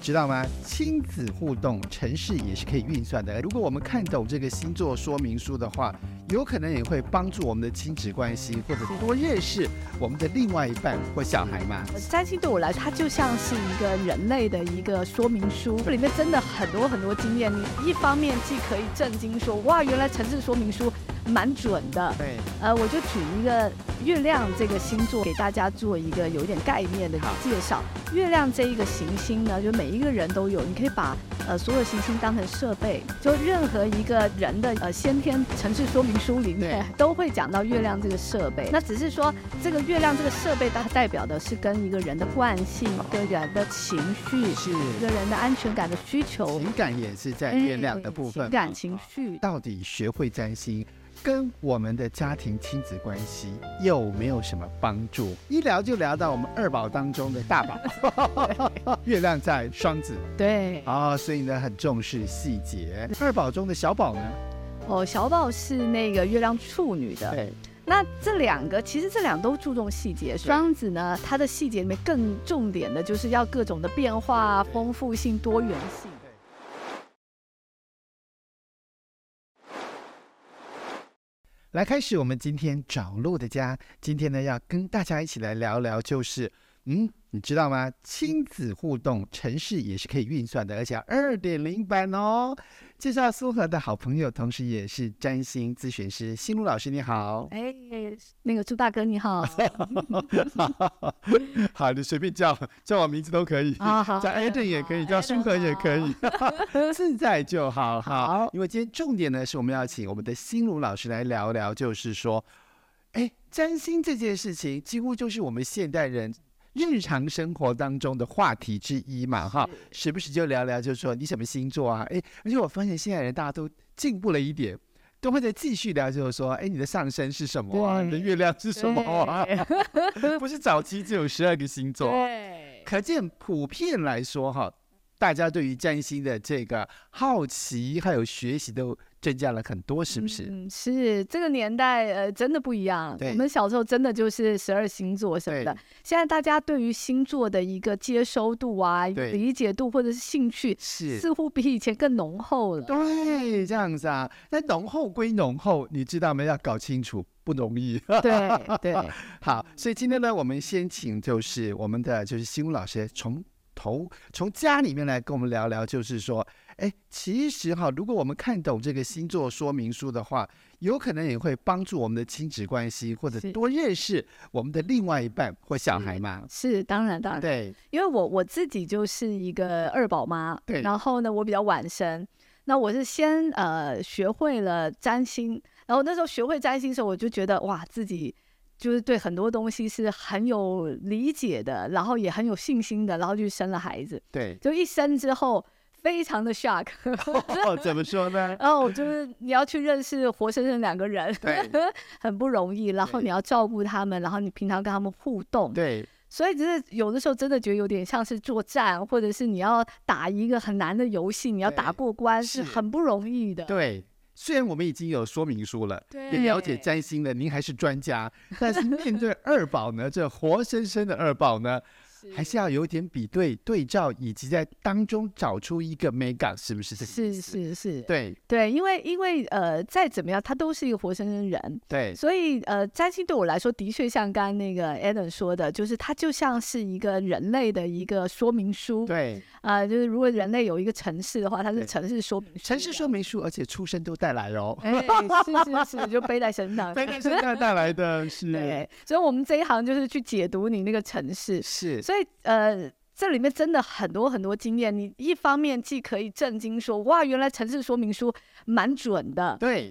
知道吗？亲子互动，城市也是可以运算的。如果我们看懂这个星座说明书的话，有可能也会帮助我们的亲子关系，或者多认识我们的另外一半或小孩嘛。占呃星对我来说，它就像是一个人类的一个说明书，这里面真的很多很多经验。你一方面既可以震惊说，哇，原来城市说明书蛮准的。对，呃，我就举一个月亮这个星座给大家做一个有一点概念的介绍。月亮这一个行星呢，就每一个人都有，你可以把呃所有行星当成设备，就任何一个人的呃先天城市说明书里面都会讲到月亮这个设备。那只是说这个月亮这个设备，它代表的是跟一个人的惯性、跟人的情绪、是一个人的安全感的需求、嗯情感也是在月亮的部分。情感情绪。到底学会占星跟我们的家庭亲子关系有没有什么帮助？一聊就聊到我们二宝当中的大宝， 月亮在双子对，啊、所以呢很重视细节。二宝中的小宝呢？哦，小宝是那个月亮处女的。对，那这两个其实这两都注重细节，双子呢，它的细节里面更重点的就是要各种的变化啊、对丰富性、多元性。来开始我们今天找路的家。今天呢要跟大家一起来聊聊，就是嗯，你知道吗？亲子互动，城市也是可以运算的，而且二点零版哦。介绍苏荷的好朋友，同时也是占星咨询师心如老师，你 好。哎，那个朱大哥你 好好，你随便叫叫我名字都可以，啊，好哎叫 Eden 也可以，叫舒荷也可。以， 自在就好哈好。因为今天重点呢是我们要请我们的心如老师来聊聊，就是说，哎，占星这件事情几乎就是我们现代人。日常生活当中的话题之一嘛，哈，时不时就聊聊，就说你什么星座啊？哎，而且我发现现在人大家都进步了一点，都会再继续聊，就是说，哎，你的上升是什么啊？你的对月亮是什么啊？对 不是早期只有十二个星座，对，可见普遍来说哈，大家对于占星的这个好奇还有学习都增加了很多，是不是？嗯，是这个年代，呃，真的不一样。对我们小时候真的就是十二星座什么的对，现在大家对于星座的一个接收度啊、对理解度或者是兴趣，是似乎比以前更浓厚 了。对，这样子啊。那浓厚归浓厚，你知道吗？要搞清楚不容易。对对，好，所以今天呢，我们先请就是我们的就是新武老师从头从家里面来跟我们聊聊，就是说，哎，其实哈，如果我们看懂这个星座说明书的话，有可能也会帮助我们的亲子关系，或者是多认识我们的另外一半或小孩嘛。是当然当然，对，因为我我自己就是一个二宝妈，对然后呢，我比较晚生，那我是先呃学会了占星，然后那时候学会占星的时候，我就觉得哇，自己就是对很多东西是很有理解的，然后也很有信心的，然后就生了孩子， ，对就一生之后非常的 shock， 哦，怎么说呢？然后就是你要去认识活生生两个人，对 很不容易，然后对你要照顾他们，然后你平常跟他们互动，对，所以就是有的时候真的觉得有点像是作战，或者是你要打一个很难的游戏，你要打对过关是是很不容易的。对。虽然我们已经有说明书了，对也了解占星了，您还是专家，但是面对二宝呢，这活生生的二宝呢，还是要有点比对、对照，以及在当中找出一个美感，是不是？是，是是，对对，因为因为呃，再怎么样，他都是一个活生生人，对所以呃，占星对我来说的确像刚刚那个 Adam 说的，就是它就像是一个人类的一个说明书，对，呃，就是如果人类有一个城市的话，它对是城市说明书，城市说，明书，而且出生都带来 哦，哎，是是是，就背在 身上，非常身上带来的是 对，所以我们这一行就是去解读你那个城市，是，所以呃，这里面真的很多很多经验。你一方面既可以震惊说，哇，原来城市说明书蛮准的，对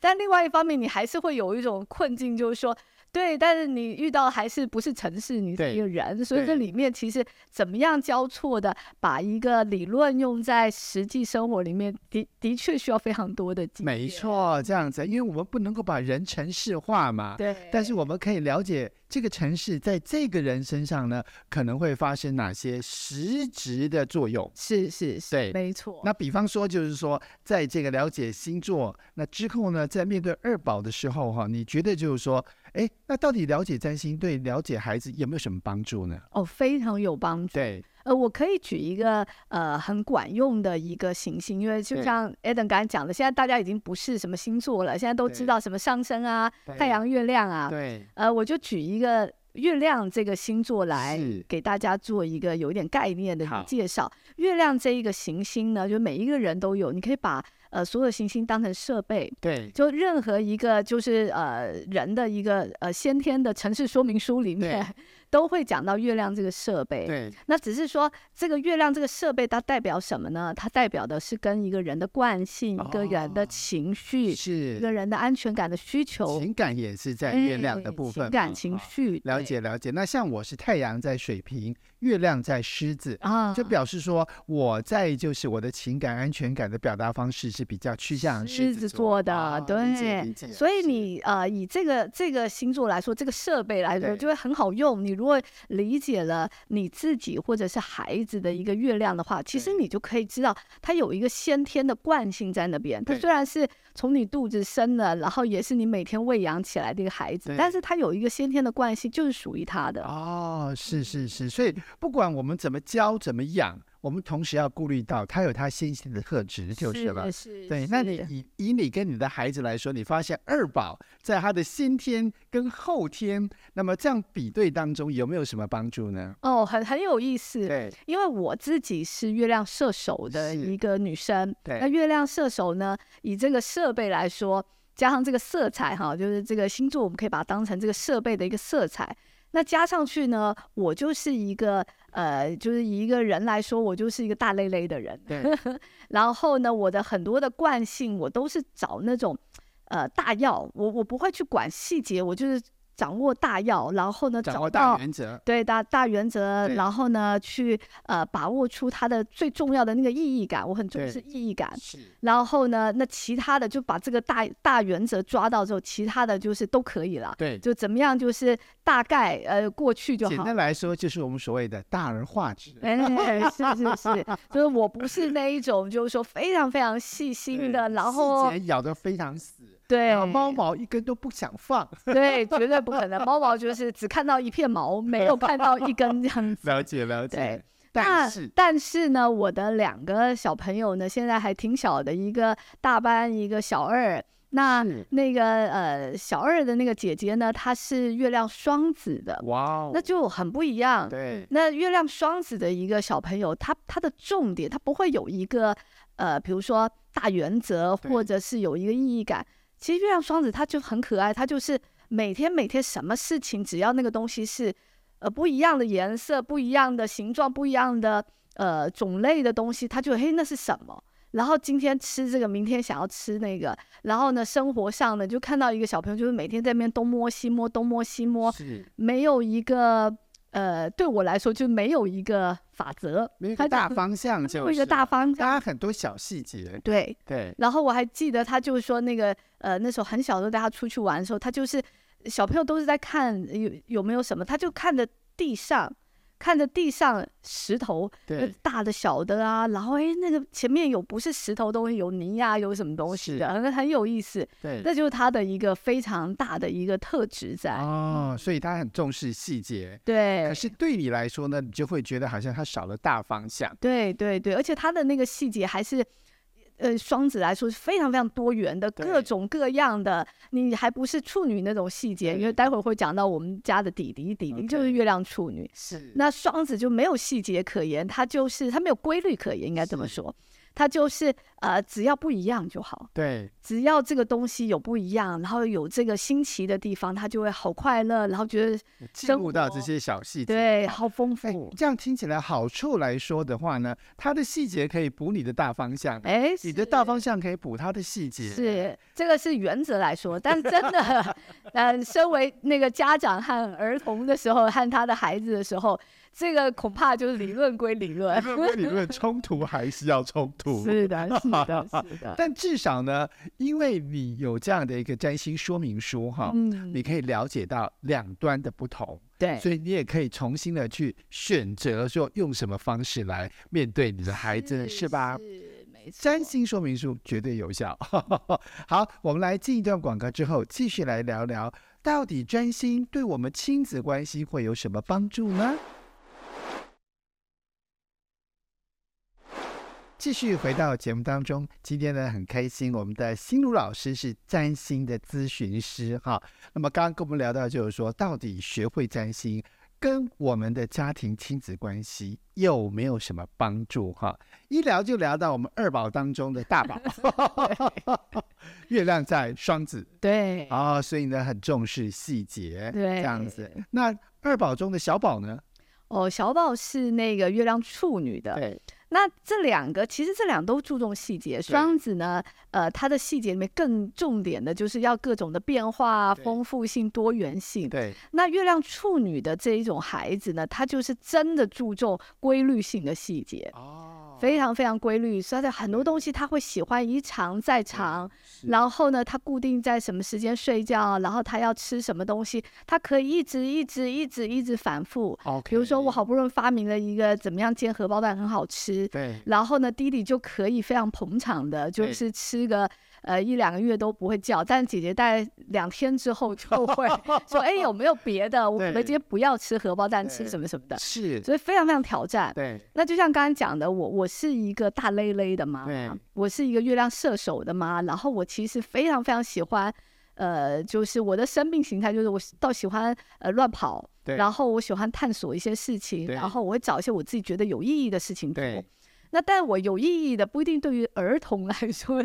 但另外一方面，你还是会有一种困境，就是说。对，但是你遇到还是不是城市，你对是一个人，所以对这里面其实怎么样交错的，把一个理论用在实际生活里面，的的确需要非常多的经验。没，错，这样子，因为我们不能够把人城市化嘛。对。但是我们可以了解这个城市在这个人身上呢，可能会发生哪些实质的作用？是是是，对没错。那比方说，就是说，在这个了解星座那之后呢，在面对二宝的时候，哈，你觉得就是说，哎，那到底了解占星对了解孩子有没有什么帮助呢？哦，非常有帮助。对，呃，我可以举一个呃很管用的一个行星，因为就对像 Eden 刚才讲的，现在大家已经不是什么星座了，现在都知对道什么上升啊、对太阳、月亮啊。对，呃，我就举一个月亮这个星座来是给大家做一个有一点概念的一个好介绍。月亮这一个行星呢，就每一个人都有，你可以把呃所有行星当成设备，对，就任何一个就是呃人的一个呃先天的城市说明书里面都会讲到月亮这个设备。对，那只是说这个月亮这个设备它代表什么呢？它代表的是跟一个人的惯性、一个人的哦情绪、一个是，人的安全感的需求、情感也是在月亮的哎部分嘛，情感情啊绪了对解了解。那像我是太阳在水瓶，月亮在狮子。啊，就表示说，我在就是我的情感安全感的表达方式是比较趋向狮子子座的，啊理解对理，解所以是你呃以这个这个星座来说，这个设备来说对就会很好用。你如果理解了你自己或者是孩子的一个月亮的话，其实对你就可以知道他有一个先天的惯性在那边。他对虽然是从你肚子生的，然后也是你每天喂养起来的一个孩子，对但是他有一个先天的惯性，就是属于他的。哦，是是是，所以不管我们怎么教怎么养，我们同时要顾虑到他有他先天的特质就是了。是对，那是你以以你跟你的孩子来说，你发现二宝在他的先天跟后天，那么这样比对当中有没有什么帮助呢？哦，很很有意思。对因为我自己是月亮射手的是一个女生，对那月亮射手呢，以这个设备来说，加上这个色彩哈，就是这个星座，我们可以把它当成这个设备的一个色彩。那加上去呢，我就是一个呃，就是以一个人来说，我就是一个大累累的人。对然后呢，我的很多的惯性，我都是找那种呃大要，我我不会去管细节，我就是掌握大要，然后呢，掌找握到大原则，对大大原则，对然后呢，去呃把握出它的最重要的那个意义感，我很重视对意义感。是然后呢，那其他的就把这个大大原则抓到之后，其他的就是都可以了，对。就怎么样，就是大概呃过去就简好。单来说，就是我们所谓的大而化之。哎，是是是，就是我不是那一种，就是说非常非常细心的，对然后细节咬得非常死，对然后猫毛 一根都不想放。对，绝对不可能。猫毛就是只看到一片毛，没有看到一根这样子。了解了解对。但是但但是呢，我的两个小朋友呢，现在还挺小的，一个大班，一个小二。那是那个呃，小二的那个姐姐呢，她是月亮双子的，哇哦，那就很不一样。对那月亮双子的一个小朋友，他他的重点，他不会有一个呃，比如说大原则，对或者是有一个意义感。其实月亮双子他就很可爱，他就是每天每天什么事情，只要那个东西是呃不一样的颜色、不一样的形状、不一样的呃种类的东西，他就嘿那是什么？然后今天吃这个，明天想要吃那个，然后呢，生活上呢，就看到一个小朋友，就是每天在那边东摸西摸，东摸西摸，是没有一个呃，对我来说就没有一个法则，没有一它个大就方向，没就有一个是大了，方向。呃大家很多小细节，对，对然后我还记得他就是说那个呃，那时候很小的时候带他出去玩的时候，他就是小朋友都是在看有有没有什么，他就看着地上。看着地上石头，呃对，大的、小的啊，然后哎，那个前面有不是石头东西，有泥啊，有什么东西是的，很很有意思。对这就是他的一个非常大的一个特质在。哦，所以他很重视细节。对可，是对你来说呢，你就会觉得好像他少了大方向。对对对，而且他的那个细节还是，呃，双子来说是非常非常多元的，各对种各样的。你还不是处女那种细节，因对为待会儿会讲到我们家的弟弟，弟弟就是月亮处女。是那双子就没有细节可言，他就是他没有规律可言，应该这么是说。他就是呃，只要不一样就好，对只要这个东西有不一样，然后有这个新奇的地方，他就会好快乐，然后觉得进生入到活这些小细节。对好丰哎富。，这样听起来好处来说的话呢，他的细节可以补你的大方向，哎，你的是大方向可以补他的细节。是，这个是原则来说，但真 呃的，嗯，身为那个家长和儿童的时候，和他的孩子的时候，这个恐怕就是理论归理论。理论归理论，冲突还是要 冲突。是的，是的，是的。但至少呢，因为你有这样的一个占星说明书哈，嗯啊你可以了解到两端的不同，对，所以你也可以重新的去选择说用什么方式来面对你的孩子，是吧？是，没错。占星说明书绝对有效。 好，我们来进一段广告之后，继续来聊聊到底占星对我们亲子关系会有什么帮助呢？继续回到节目当中，今天呢很开心，我们的心如老师是占星的咨询师哈。那么刚刚跟我们聊到，就是说到底学会占星跟我们的家庭亲子关系有没有什么帮助哈？一聊就聊到我们二宝当中的大宝， 月亮在双子对，啊、所以呢很重视细节，对这样子。那二宝中的小宝呢？哦，小宝是那个月亮处女的，对，那这两个其实这两都注重细节，双子呢，呃，它的细节里面更重点的就是要各种的变化啊、对丰富性、多元性。对，那月亮处女的这一种孩子呢，他就是真的注重规律性的细节，哦非常非常规律，所以他很多东西他会喜欢一长再长，然后呢，他固定在什么时间睡觉，啊然后他要吃什么东西，他可以一直一直一直一直反复。后比如说，我好不容易发明了一个怎么样煎荷包蛋很好吃，对然后呢，弟弟就可以非常捧场的，就对是吃个呃一两个月都不会叫，但姐姐大概两天之后就 会说，哎，有没有别的？我对们今天不要吃荷包蛋，对吃什么什么的，是，所以非常非常挑战。对那就像刚才讲的，我我是一个大累累的妈对妈，我是一个月亮射手的妈，然后我其实非常非常喜欢，呃，就是我的生命形态就是我倒喜欢呃乱跑，对然后我喜欢探索一些事情，对然后我会找一些我自己觉得有意义的事情做对。那但我有意义的不一定对于儿童来 说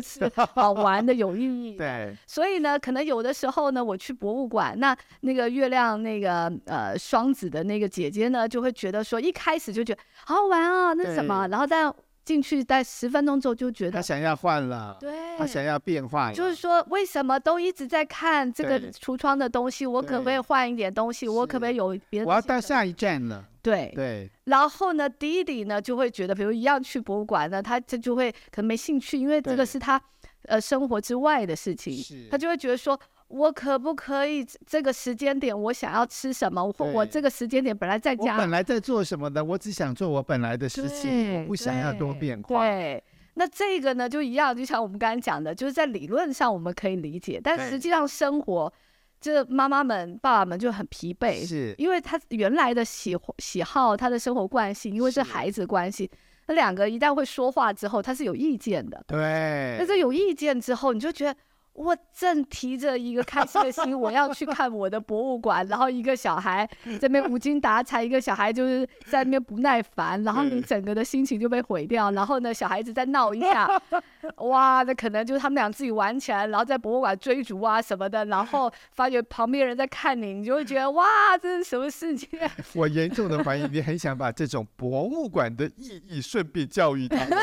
是好玩的有意义的，对所以呢，可能有的时候呢，我去博物馆，那那个月亮那个呃双子的那个姐姐呢，就会觉得说，一开始就觉得好好玩啊，那是什么？然后但进去待十分钟之后就觉他得，想要换了，对，他想要变化了，就是说为什么都一直在看这个对橱窗的东西？我可不可以对换一点东西？我可不可以是有别的？我要到。下一站了。对，对然后呢，弟弟呢就会觉得，比如一样去博物馆呢，他这就会可能没兴趣，因为这对个是他呃生活之外的事情，是他就会觉得说。我可不可以这个时间点我想要吃什么，或我对这个时间点本来在我家，本来在做什么的，我只想做我本来的事情，对我不想要多变化。对，那这个呢就一样，就像我们刚才讲的，就是在理论上我们可以理解，但对实际上生活，这妈妈们、爸爸们就很疲惫，是因为他原来的喜欢喜好、他的生活惯性，因为是是孩子关系，那两个一旦会说话之后，他是有意见的。那对，这有意见之后，你就觉得我正提着一个开心的心，我要去看我的博物馆，然后一个小孩这边无精打采，一个小孩就是在那边不耐烦，然后你对整个的心情就被毁掉。然后呢，小孩子再闹一下，哇，那可能就是他们俩自己玩起来，然后在博物馆追逐啊什么的，然后发觉旁边人在看你，你就会觉得哇，这是什么世界？啊 我严重的怀疑你很想把这种博物馆的意义顺便教育他们。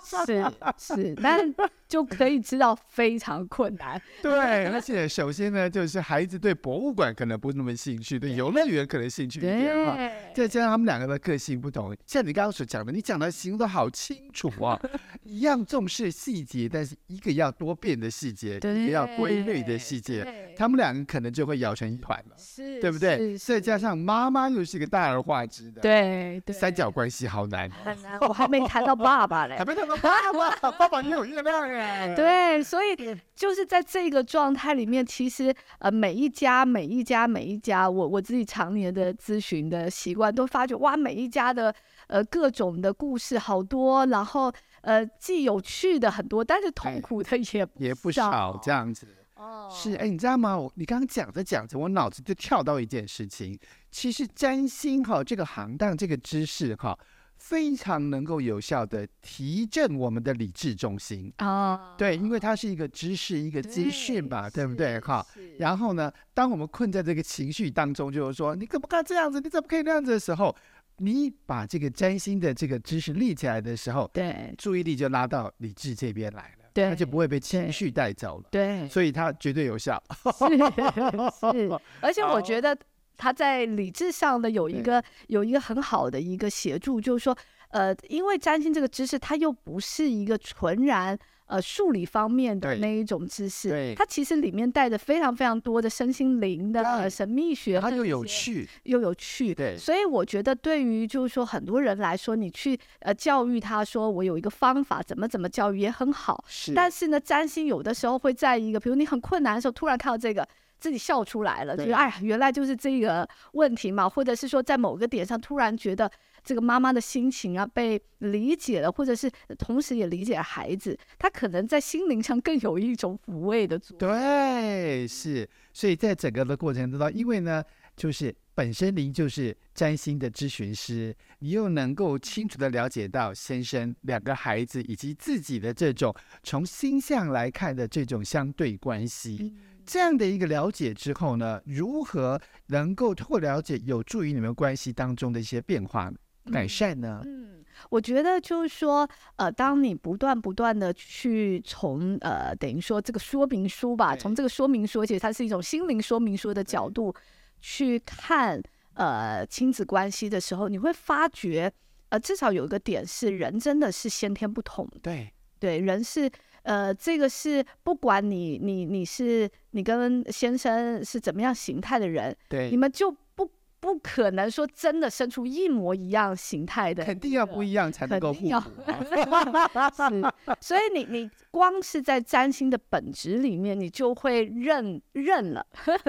是是，但就可以知道非常困难。对，而且首先呢，就是孩子对博物馆可能不那么兴趣，对游乐园可能兴趣一点哈。对。再加上他们两个的个性不同，像你刚刚所讲的，你讲的形容的好清楚啊，一样重视细节，但是一个要多变的细节，一个要规律的细节，对他们两个可能就会咬成一团了，是，对不是对？再是加上妈妈又是一个大而化之的，，对对三角关系好难哦，很难， 我还没谈到爸爸嘞还。没谈到爸爸，爸爸也有月亮哎，哎 对，所以就是在这个状态里面，其实呃，每一家、每一家、每一家，我我自己常年的咨询的习惯，都发觉哇，每一家的呃各种的故事好多，然后呃既有趣的很多，但是哎痛苦的也也不少这样子。哦，是，哎，你知道吗？我你刚刚讲着讲着，我脑子就跳到一件事情。其实占星哈这个行当这个知识哈，非常能够有效的提振我们的理智中心。啊，对，因为它是一个知识，一个资讯嘛，对不对？哈，是然后呢，当我们困在这个情绪当中，就是说你怎么可以这样子，你怎么可以那样子的时候，你把这个占星的这个知识立起来的时候，对注意力就拉到理智这边来了，对它就不会被情对绪带走了，对，所以它绝对有效。 是是，而且我觉得他在理智上的有一对个有一个很好的一个协助，就是说，呃，因为占星这个知识，它又不是一个纯然呃数理方面的对那一种知识对，它其实里面带着非常非常多的身心灵的、对呃神秘学，它又有，趣，又有趣，对所以我觉得对于就是说很多人来说，你去呃教育他说我有一个方法怎么怎么教育也很好，是但是呢，占星有的时候会在一个，比如你很困难的时候，突然看到这个，自己笑出来了，就对是哎呀，原来就是这个问题嘛，或者是说在某个点上突然觉得这个妈妈的心情啊被理解了，或者是同时也理解孩子，他可能在心灵上更有一种抚慰的作用。对，是，所以在整个的过程当中，因为呢，就是本身您就是占星的咨询师，你又能够清楚的了解到先生、两个孩子以及自己的这种从星象来看的这种相对关系。嗯这样的一个了解之后呢，如何能够透过了解，有助于你们关系当中的一些变化改嗯善呢？嗯，我觉得就是说，呃，当你不断不断的去从呃，等于说这个说明书吧，对从这个说明书，而且它是一种心灵说明书的角对度去看呃亲子关系的时候，你会发觉，呃，至少有一个点是人真的是先天不同的对，对，人是呃，这个是不管你你你是你跟先生是怎么样形态的人，对，你们就不不可能说真的生出一模一样形态的肯定要不一样才能肯够定互要补啊 是，所以你你光是在占星的本质里面，你就会认认了，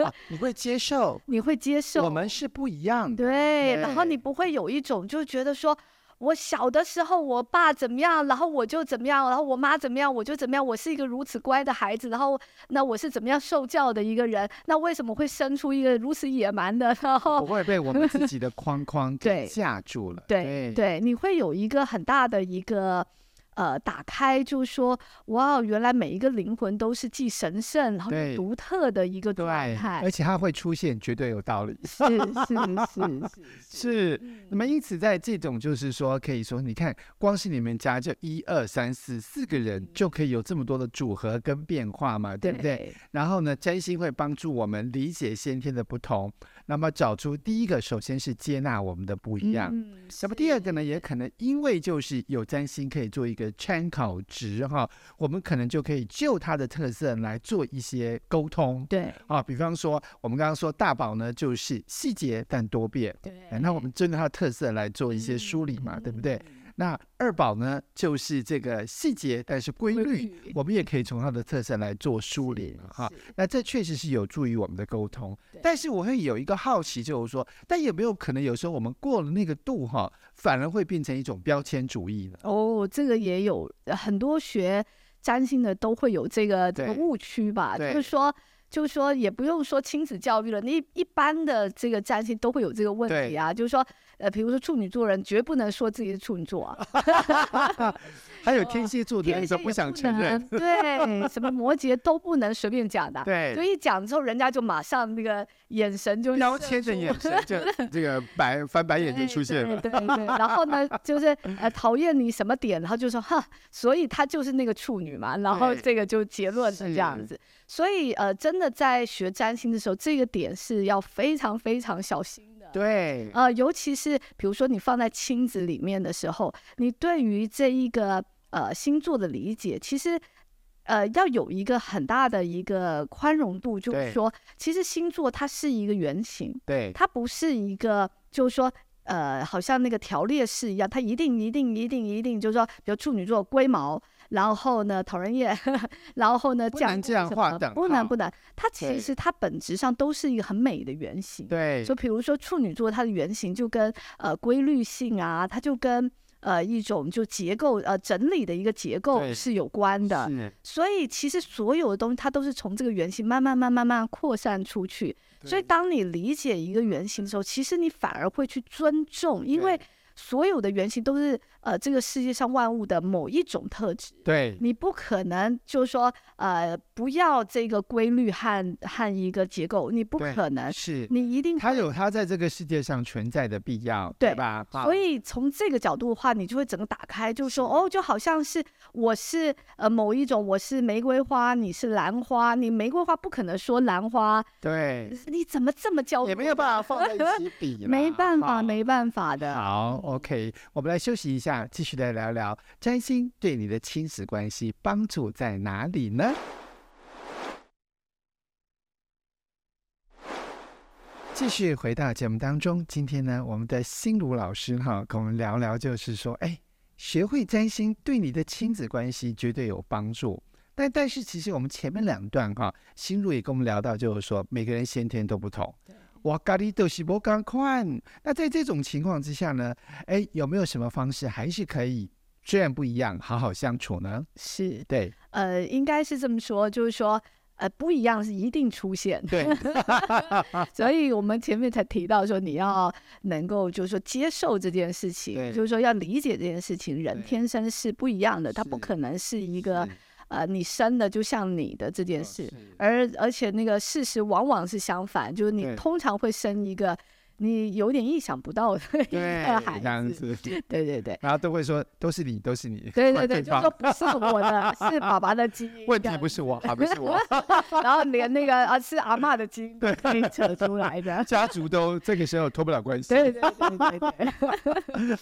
啊 你会接受你会 接受。我们是不一样的。对，然后你对不会有一种就觉得说。我小的时候，我爸怎么样，然后我就怎么样，然后我妈怎么样，我就怎么样。我是一个如此乖的孩子，然后那我是怎么样受教的一个人？那为什么会生出一个如此野蛮的？然后不会被我们自己的框框对给架住了。对对，对，你会有一个很大的一个呃打开，就是说，哇，原来每一个灵魂都是既神圣然后又对独特的一个对状态 而，且它会出现，绝对有道理。是是是 是是，嗯那么因此在这种就是说，可以说，你看，光是你们家就一二三四四个人，就可以有这么多的组合跟变化嘛，对不对？嗯对然后呢，占星会帮助我们理解先天的不同，那么找出第一个，首先是接纳我们的不一样。嗯那么第二个呢，是也可能因为就是有占星可以做一个参考值哈，我们可能就可以就它的特色来做一些沟通对啊。比方说，我们刚刚说大宝呢就是细节但多变，哎对，嗯那我们针对它的特色来做一些梳理嘛，对不对？那二宝呢就是这个细节但是规律，律我们也可以从它的特色来做梳理嘛哈。那这确实是有助于我们的沟通对，但是我会有一个好奇，就是说，但有没有可能有时候我们过了那个度哈，反而会变成一种标签主义呢？哦，这个也有呃很多学占星的都会有这个这个对误区吧，就是对说。就是说，也不用说亲子教育了，你一般的这个占星都会有这个问对题啊。就是说，呃，比如说处女座人绝不能说自己是处女座 啊，还有天蝎座的天人蝎都也不想承认，能对，什么摩羯都不能随便讲的。，就对，一讲之后，人家就马上那个眼神就标射签的出眼神就这个白翻白眼就出现了， 对对对，然后呢，就是呃讨厌你什么点，然后就说哈，所以她就是那个处女嘛，然后对这个就结论是这样是子。所以呃，真的在学占星的时候，这个点是要非常非常小心的。对，呃，尤其是比如说你放在亲子里面的时候，你对于这一个呃星座的理解，其实呃要有一个很大的一个宽容度，就是对说，其实星座它是一个原型，对，它不是一个，就是说，呃，好像那个条列式一样，它一定一定一定一定，就是说，比如处女座龟毛，然后呢讨人厌， 然后呢不降能低这样什画么等不能号不能，它其对实它本质上都是一个很美的原型。对，就比如说处女座，它的原型就跟呃规律性啊，它就跟呃一种就结构呃整理的一个结构对是有关的。是所以其实所有的东西它都是从这个原型慢慢、慢、慢慢扩散出去。所以当你理解一个原型的时候，其实你反而会去尊重，因为对所有的原型都是呃这个世界上万物的某一种特质。对，你不可能就是说，呃，不要这个规律和和一个结构，你不对可能，是你一定它有它在这个世界上存在的必要，对吧？啊所以从这个角度的话，你就会整个打开，就是说哦，就好像是我是呃某一种，我是玫瑰花，你是兰花，你玫瑰花不可能说兰花，对，你怎么这么焦？也没有办法放在一起比啦，哦 没办法，啊没办法的。好，OK，我们来休息一下，继续来聊聊占星对你的亲子关系帮助在哪里呢？继续回到节目当中，今天呢，我们的心如老师哈，跟我们聊聊，就是说，哎，学会占星对你的亲子关系绝对有帮助。但但是，其实我们前面两段哈，心如也跟我们聊到，就是说，每个人先天都不同，哇，咖喱豆西不赶快。那在这种情况之下呢，哎，有没有什么方式还是可以虽然不一样，好好相处呢？是，对呃，应该是这么说，就是说。呃，不一样是一定出现，对所以我们前面才提到说，你要能够就是说接受这件事对情，就是说要理解这件事情。人对天生是不一样的，他不是可能是 嗯一个呃你生的就像你的这嗯件事，而而且那个事实往往是相反，就是对你通常会生一个你有点意想不到的一对个这孩样子，子，对对对。然后都会说都是你，都是你，对怪对对对，就方说不是我的，是爸爸的基因。问这题样不是我，还不是 我，。然后连那个啊，是阿嬷的基因可以扯出来的 家族都这个时候脱不了关系。对对对对 对。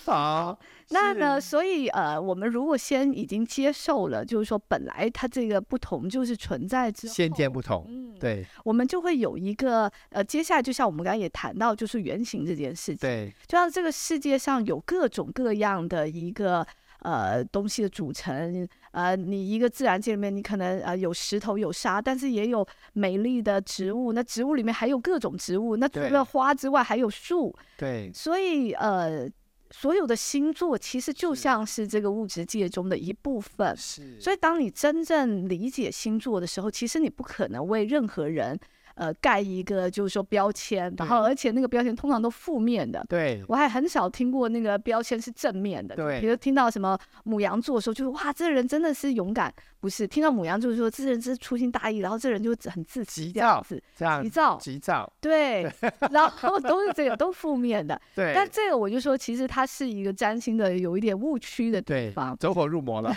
好，那是呢，所以呃，我们如果先已经接受了，就是说本来它这个不同就是存在之后，先天不同，嗯，对我们就会有一个呃，接下来就像我们刚才也谈到，就是原型这件事情，对就像这个世界上有各种各样的一个。呃，东西的组成，呃，你一个自然界里面，你可能呃有石头有沙，但是也有美丽的植物。那植物里面还有各种植物，那除对了花之外还有树，对所以呃，所有的星座其实就是像是这个物质界中的一部分。是，呃所以，当你真正理解星座的时候，其实你不可能为任何人呃盖一个就是说标签，然后对而且那个标签通常都负面的。对我还很少听过那个标签是正面的，对比如听到什么母羊座的时候，就是哇，这人真的是勇敢，不是听到母羊座说这人真是粗心大意，然后这人就很自急私这样躁子，这样急躁，急躁，对，然后都是这个都负面的， 对但这个我就说，其实它是一个占星的有一点误区的地对方，，走火入魔了，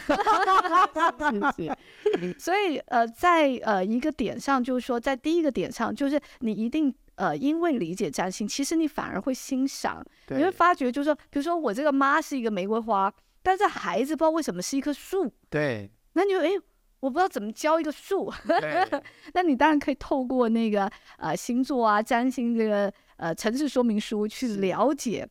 所以呃，在呃一个点上，就是说，在第一个点上，就是你一定呃，因为理解占星，其实你反而会欣赏，你会对发觉，就是说，比如说我这个妈是一个玫瑰花，但是孩子不知道为什么是一棵树，对那你就诶，我不知道怎么教一个树， 对那你当然可以透过那个呃星座啊、占星这个呃城市说明书去是了解。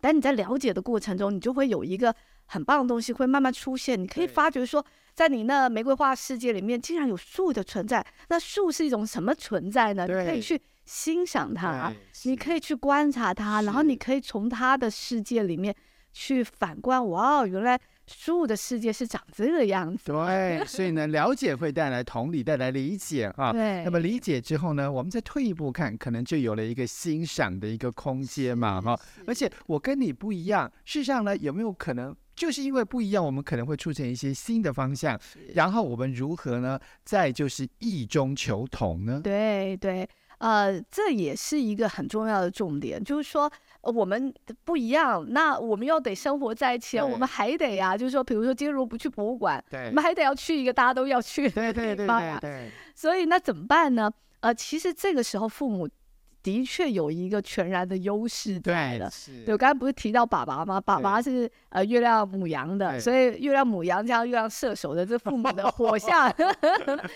但你在了解的过程中，你就会有一个很棒的东西会慢慢出现。你可以对发觉说，在你那玫瑰花世界里面，竟然有树的存在。那树是一种什么存在呢？你可对以去欣赏它，对是你可以去观察它，然后是你可以从它的世界里面去反观。哇哦，原来树的世界是长这个样子。对，哎所以呢，了解会带来同理，带来理解啊。对那么理解之后呢，我们再退一步看，可能就有了一个欣赏的一个空间嘛，哈。而且我跟你不一样，事实上呢，有没有可能就是因为不一样，我们可能会促成一些新的方向？然后我们如何呢？再就是异中求同呢？对对，呃，这也是一个很重要的重点，就是说呃我们不一样，那我们又得生活在一起啊，我对们还得呀、就是说，比如说今天如果不去博物馆，对我们还得要去一个大家都要去对的对地对方对呀。对，所以那怎么办呢？呃，其实这个时候父母的确有一个全然的优势在对的。是，对，我刚才不是提到爸爸吗？爸爸是呃月亮母羊对的，所以月亮母羊加月亮射手的这父母的 火象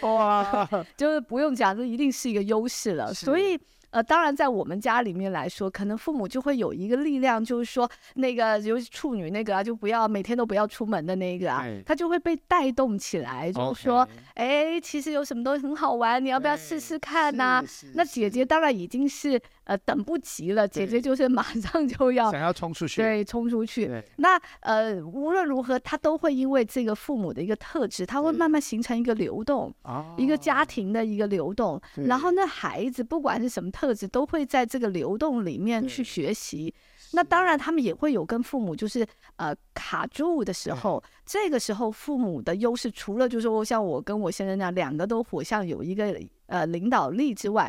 哇，就是不用讲，这一定是一个优势了。所是以。呃，当然，在我们家里面来说，可能父母就会有一个力量，就是说，那个尤其处女那个啊，就不要每天都不要出门的那个啊对，他就会被带动起来，就是说，哎，其实有什么东西很好玩，你要不要试对试看呐、是那姐姐当然已经是呃等不及了，姐对姐就是马上就要想要冲出去，对冲出去，对那呃，无论如何，他都会因为这个父母的一个特质，他会对慢慢形成一个流动，啊，一个家庭的一个流动。然后呢，孩子不管是什么特质，都会在这个流动里面去对学习。那当然，他们也会有跟父母就是呃卡住的嗯时候，这个时候父母的优势，除了就是说像我跟我先生那样，两个都火象有一个呃领导力之外，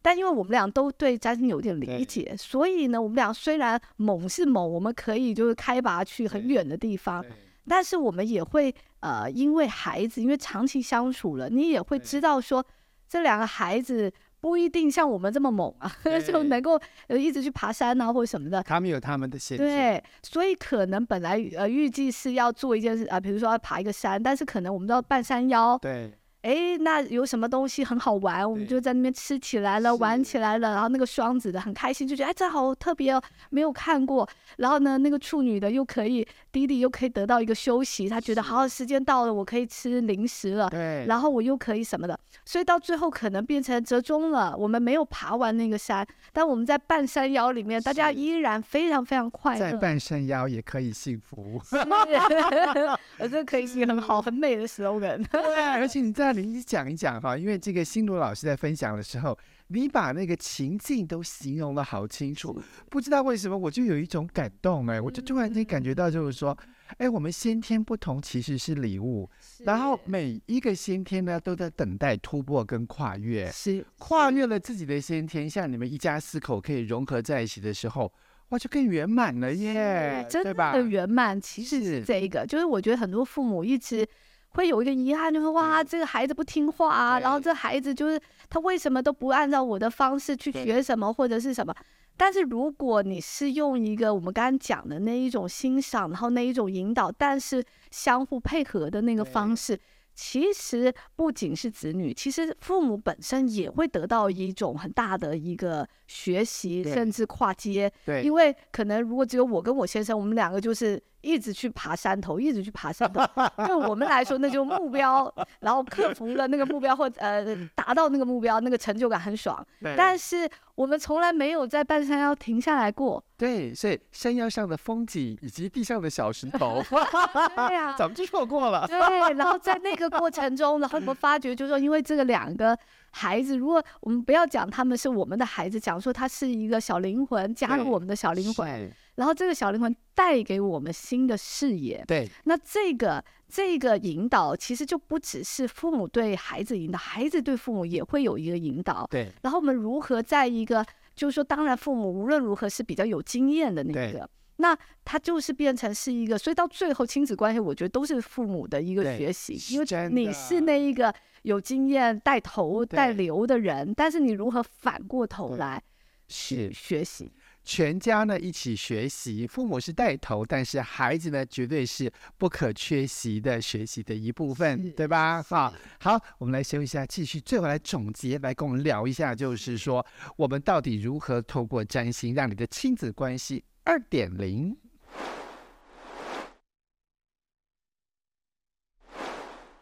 但因为我们俩都对占星有点理对解，所以呢，我们俩虽然猛是猛，我们可以就是开拔去很对远的地方，对但是我们也会呃，因为孩子，因为长期相处了，你也会对知道说，这两个孩子不一定像我们这么猛啊， 就对能够呃一直去爬山啊或者什么的。他们有他们的限制，对，所以可能本来呃预计是要做一件事啊、比如说要爬一个山，但是可能我们到半山腰，对哎，那有什么东西很好玩，我们对就在那边吃起来了，玩是起来了，然后那个双子的很开心，就觉得哎这好特别哦，没有看过。然后呢，那个处女的又可以，弟弟又可以得到一个休息，他觉得是好，时间到了，我可以吃零食了。对，然后我又可以什么的，所以到最后可能变成折中了。我们没有爬完那个山，但我们在半山腰里面，大家是依然非常非常快在乐。半山腰也可以幸 福。我呃这可以是一个很好很美的 slogan。对，而且你再你讲一讲哈，因为这个新罗老师在分享的时候，你把那个情境都形容的好清楚，不知道为什么我就有一种感动哎、嗯我就突然间感觉到就是说，哎，我们先天不同其实是礼物，然后每一个先天呢都在等待突破跟跨越，是跨越了自己的先天，像你们一家四口可以融合在一起的时候，哇，就更圆满了耶，真对的吧？很圆满。其实是是这一个，就是我觉得很多父母一直会有一个遗憾，就是哇，这个孩子不听话啊，然后嗯对这孩子就是他为什么都不按照我的方式去对学什么或者是什么。但是如果你是用一个我们刚刚讲的那一种欣赏，然后那一种引导，但是相互配合的那个方对式。其实不仅是子女，其实父母本身也会得到一种很大的一个学习，对甚至跨阶。对，因为为可能如果只有我跟我先生，我们两个就是一直去爬山头，一直去 爬山头，对我们来说那就目标，然后克服了那个目标或呃达到那个目标，那个成就感很爽。但是我们从来没有在半山腰停下 来过，对，所以山腰上的风景以及地上的小石头，对呀、早们就错过了。对，然后在那个过程中，然后我们发觉，就是说，因为这个两个孩子，如果我们不要讲他们是我们的孩子，讲说他是一个小灵魂，加入对我们的小灵魂，是，然后这个小灵魂带给我们新的视野，对那这个这个引导其实就不只是父母对孩子引导，孩子对父母也会有一个引导。对然后我们如何在一个，就是说，当然父母无论如何是比较有经验的那对个，那他就是变成是一个，所以到最后亲子关系，我觉得都是父母的一个对学习，是因为真你的是那一个有经验带头带对流的人，但是你如何反过头对来是，学习？全家呢一起学习，父母是带头，但是孩子呢绝对是不可缺席的学习的一部是分，对吧？啊哈，好，我们来休息一下，继续最后来总结，来跟我们聊一下，就是说我们到底如何透过占星让你的亲子关系二点零。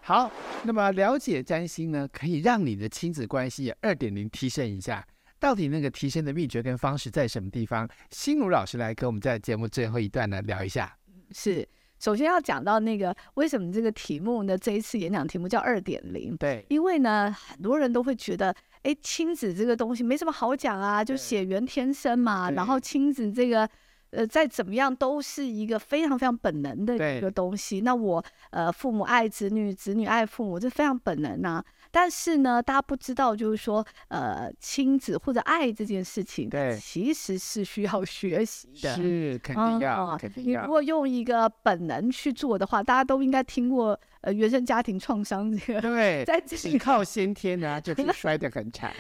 好，那么了解占星呢，可以让你的亲子关系二点零提升一下。到底那个提升的秘诀跟方式在什么地方？心如老师来跟我们在节目最后一段呢聊一下。是，首先要讲到那个为什么这个题目呢？这一次演讲题目叫二点零，对，因为呢，很多人都会觉得，哎，亲子这个东西没什么好讲啊，就对血缘天生嘛，然后对亲子这个。呃，再怎么样都是一个非常非常本能的一对个东西。那我呃，父母爱子女，子女爱父母，这非常本能呐、但是呢，大家不知道，就是说，呃，亲子或者爱这件事情，对其实是需要学习的。是肯嗯定要，哦肯定你如要。果用一个本能去做的话，大家都应该听过呃原生家庭创伤这个，对， 在这仅靠先天呢，就是摔得很惨。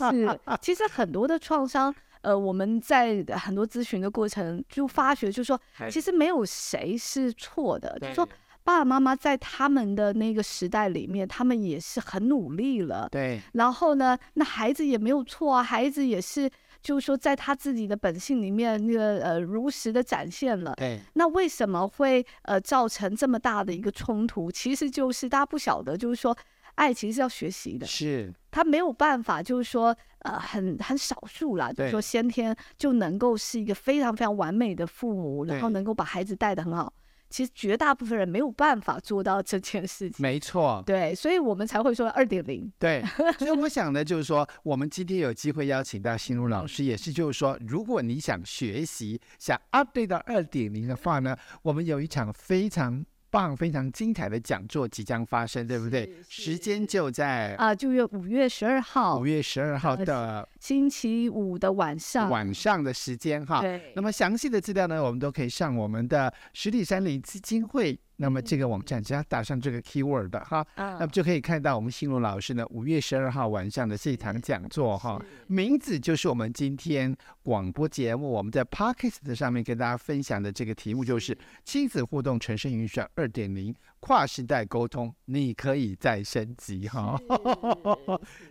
是啊其实很多的创伤，呃，我们在很多咨询的过程就发觉，就是说还其实没有谁是错的，就是 对说爸爸妈妈在他们的那个时代里面，他们也是很努力了，对然后呢，那孩子也没有错啊，孩子也是就是说在他自己的本性里面那个呃如实的展现了。对那为什么会呃造成这么大的一个冲突？其实就是大家不晓得，就是说爱其实是要学习的，是，他没有办法，就是说呃很很少数啦，就是对说先天就能够是一个非常非常完美的父母，然后对能够把孩子带得很好。其实绝大部分人没有办法做到这件事情。没错，对，所以我们才会说二点零。对， 所以我想呢，就是说，我们今天有机会邀请到心如老师，也是就是说，如果你想学习，想 update 到二点零的话呢，我们有一场非常棒、非常精彩的讲座即将发生，对不对？是时间就在啊，就月五月十二号五月十二号的星期五的晚上，晚上的时间哈。对那，么详细的资料呢，我们都可以上我们的十里山林基金会。那么这个网站只要打上这个 keyword 的哈，那么嗯，就可以看到我们心如老师呢，五月十二号晚上的这一堂讲座哈，名字就是我们今天广播节目我们在 p o c k e t 上面跟大家分享的这个题目就是亲子互动全身运算二点零跨时代沟通，你可以再升级哈。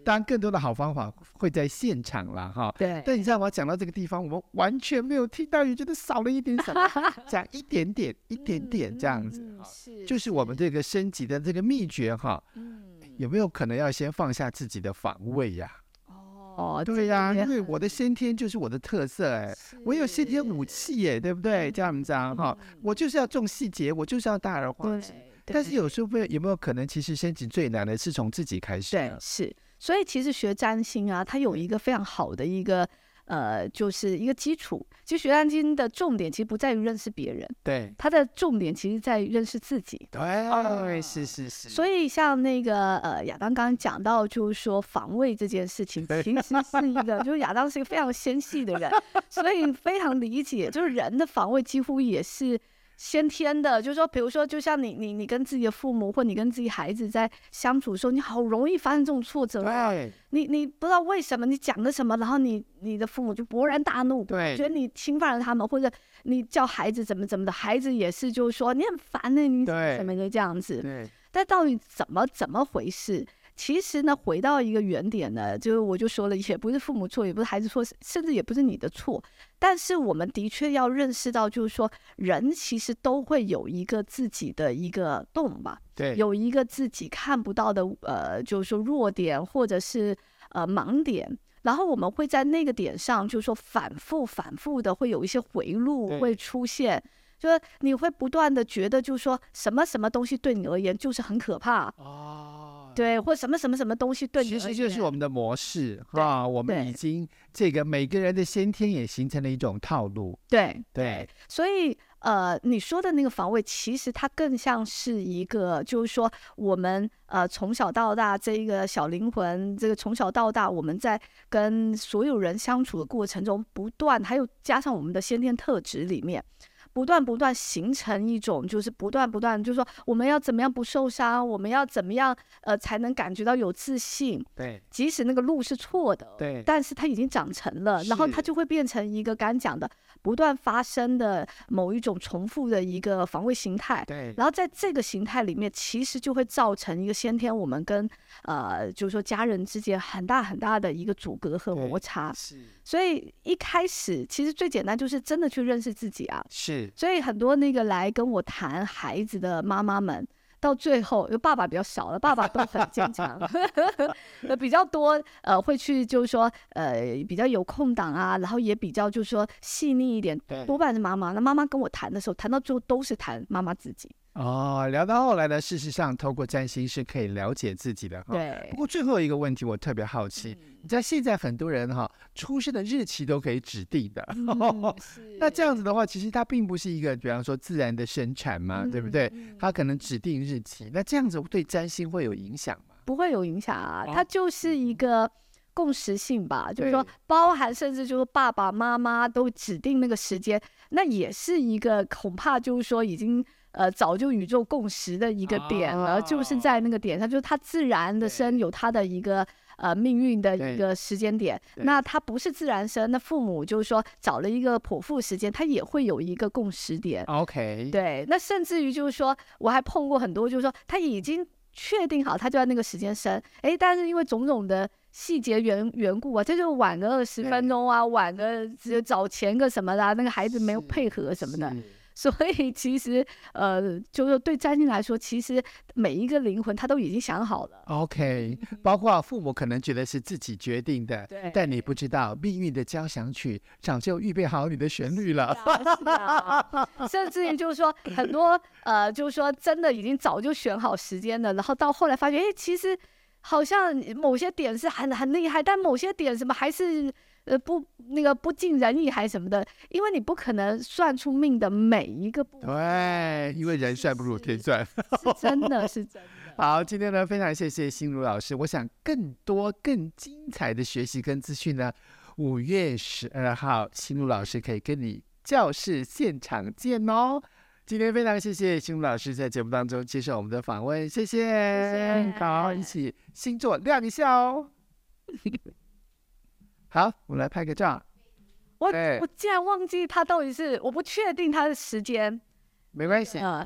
当然，更多的好方法会在现场啦哈。对，但你知道吗？讲到这个地方，我们完全没有听到，也觉得少了一点什 么，讲一点点，一点点这样子嗯哈。是就是我们这个升级的这个秘诀哈，嗯有没有可能要先放下自己的防卫呀、哦，对呀、这个也因为很我的先天就是我的特色哎、我有先天武器耶、对不嗯对？这样子啊哈，我就是要重细节，我就是要大而化对之。，但是嗯对有时候会有没有可能，其实升级最难的是从自己开始啊对呢？是，所以其实学占星啊，它有一个非常好的一个呃，就是一个基础。其实学占星的重点其实不在于认识别人，对它的重点其实在于认识自己。哦对，是是是，所以，像那个呃，亚当刚刚讲到，就是说防卫这件事情，对 其实是一个，就是亚当是一个非常纤细的人，所以非常理解，就是人的防卫几乎也是先天的。就是说，比如说，就像你你你跟自己的父母或你跟自己孩子在相处的时候，你好容易发生这种挫折啊，对你你不知道为什么你讲了什么，然后你你的父母就勃然大怒，觉对得你侵犯了他们，或者你叫孩子怎么怎么的，孩子也是就是说你很烦呢、你怎么对怎么就这样子。对，但到底怎么怎么回事？其实呢，回到一个原点呢，就是我就说了，也不是父母错，也不是孩子错，甚至也不是你的错。但是我们的确要认识到，就是说，人其实都会有一个自己的一个洞吧，对有一个自己看不到的呃，就是说弱点或者是呃盲点。然后我们会在那个点上，就是说反复反复的会有一些回路对会出现，就是你会不断的觉得，就是说什么什么东西对你而言就是很可怕，哦，对，或什么什么什么东西对你而其实言，就是我们的模式对啊，我们对已经这个每个人的先天也形成了一种套路，对对，所以呃，你说的那个防卫，其实它更像是一个，就是说我们呃从小到大这一个小灵魂，这个从小到大我们在跟所有人相处的过程中，不断还有加上我们的先天特质里面。不断不断形成一种，就是不断不断，就是说我们要怎么样不受伤，我们要怎么样呃才能感觉到有自信，对即使那个路是错的，哦对但是它已经长成了，然后它是就会变成一个刚刚讲的不断发生的某一种重复的一个防卫形态。对然后在这个形态里面，其实就会造成一个先天我们跟呃，就是说家人之间很大很大的一个阻隔和对摩擦。是所以一开始其实最简单就是真的去认识自己啊。是所以很多那个来跟我谈孩子的妈妈们，到最后，因为爸爸比较少了，爸爸都很坚强， 呃，比较多，呃，会去就是说，呃，比较有空档啊，然后也比较就是说细腻一点，对多半是妈妈。那妈妈跟我谈的时候，谈到最后都是谈妈妈自己，哦，聊到后来呢，事实上透过占星是可以了解自己的哈。对嗯不，过最后一个问题我特别好奇，你知道现在很多人哈出生的日期都可以指定的，嗯 那这样子的话，其实它并不是一个比方说自然的生产嘛，对嗯不对？它可能指定日期，那这样子对占星会有影响吗？不会有影响啊，哦它就是一个。共识性吧，就是说对，包含甚至就是爸爸妈妈都指定那个时间，那也是一个恐怕就是说已经呃早就宇宙共识的一个点了，就是在那个点上，就是它自然的生哦对有它的一个呃命运的一对个时间点。对那它不是自然生，那父母就是说找了一个剖腹时间，它也会有一个共识点。 OK，对，那甚至于就是说，我还碰过很多，就是说他已经确定好他就在那个时间生，诶，但是因为种种的细节缘缘故啊，这就晚个二十分对钟啊，晚个只有早前个什么的啊、那个孩子没有是配合什么的，是所以其实呃，就是对占星来说，其实每一个灵魂他都已经想好了。 OK，包括父母可能觉得是自己决定的，嗯对但你不知道命运的交响曲早就预备好你的旋律了。是 啊， 甚至就是说很多呃，就是说真的已经早就选好时间了，然后到后来发觉，哎，其实好像某些点是很很厉害，但某些点什么还是呃不那个不尽人意还是什么的，因为你不可能算出命的每一 个哦部分，对，因为人算不如天算。是真的是真的。好，今天呢，非常谢谢心如老师。我想更多更精彩的学习跟资讯呢，五月十二号，心如老师可以跟你教室现场见哦。今天非常谢谢心如老师在节目当中接受我们的访问，谢谢。谢谢好，一起星座亮一下哦。好，我们来拍个照。我对我竟然忘记他到底是，我不确定他的时间，没关系，呃，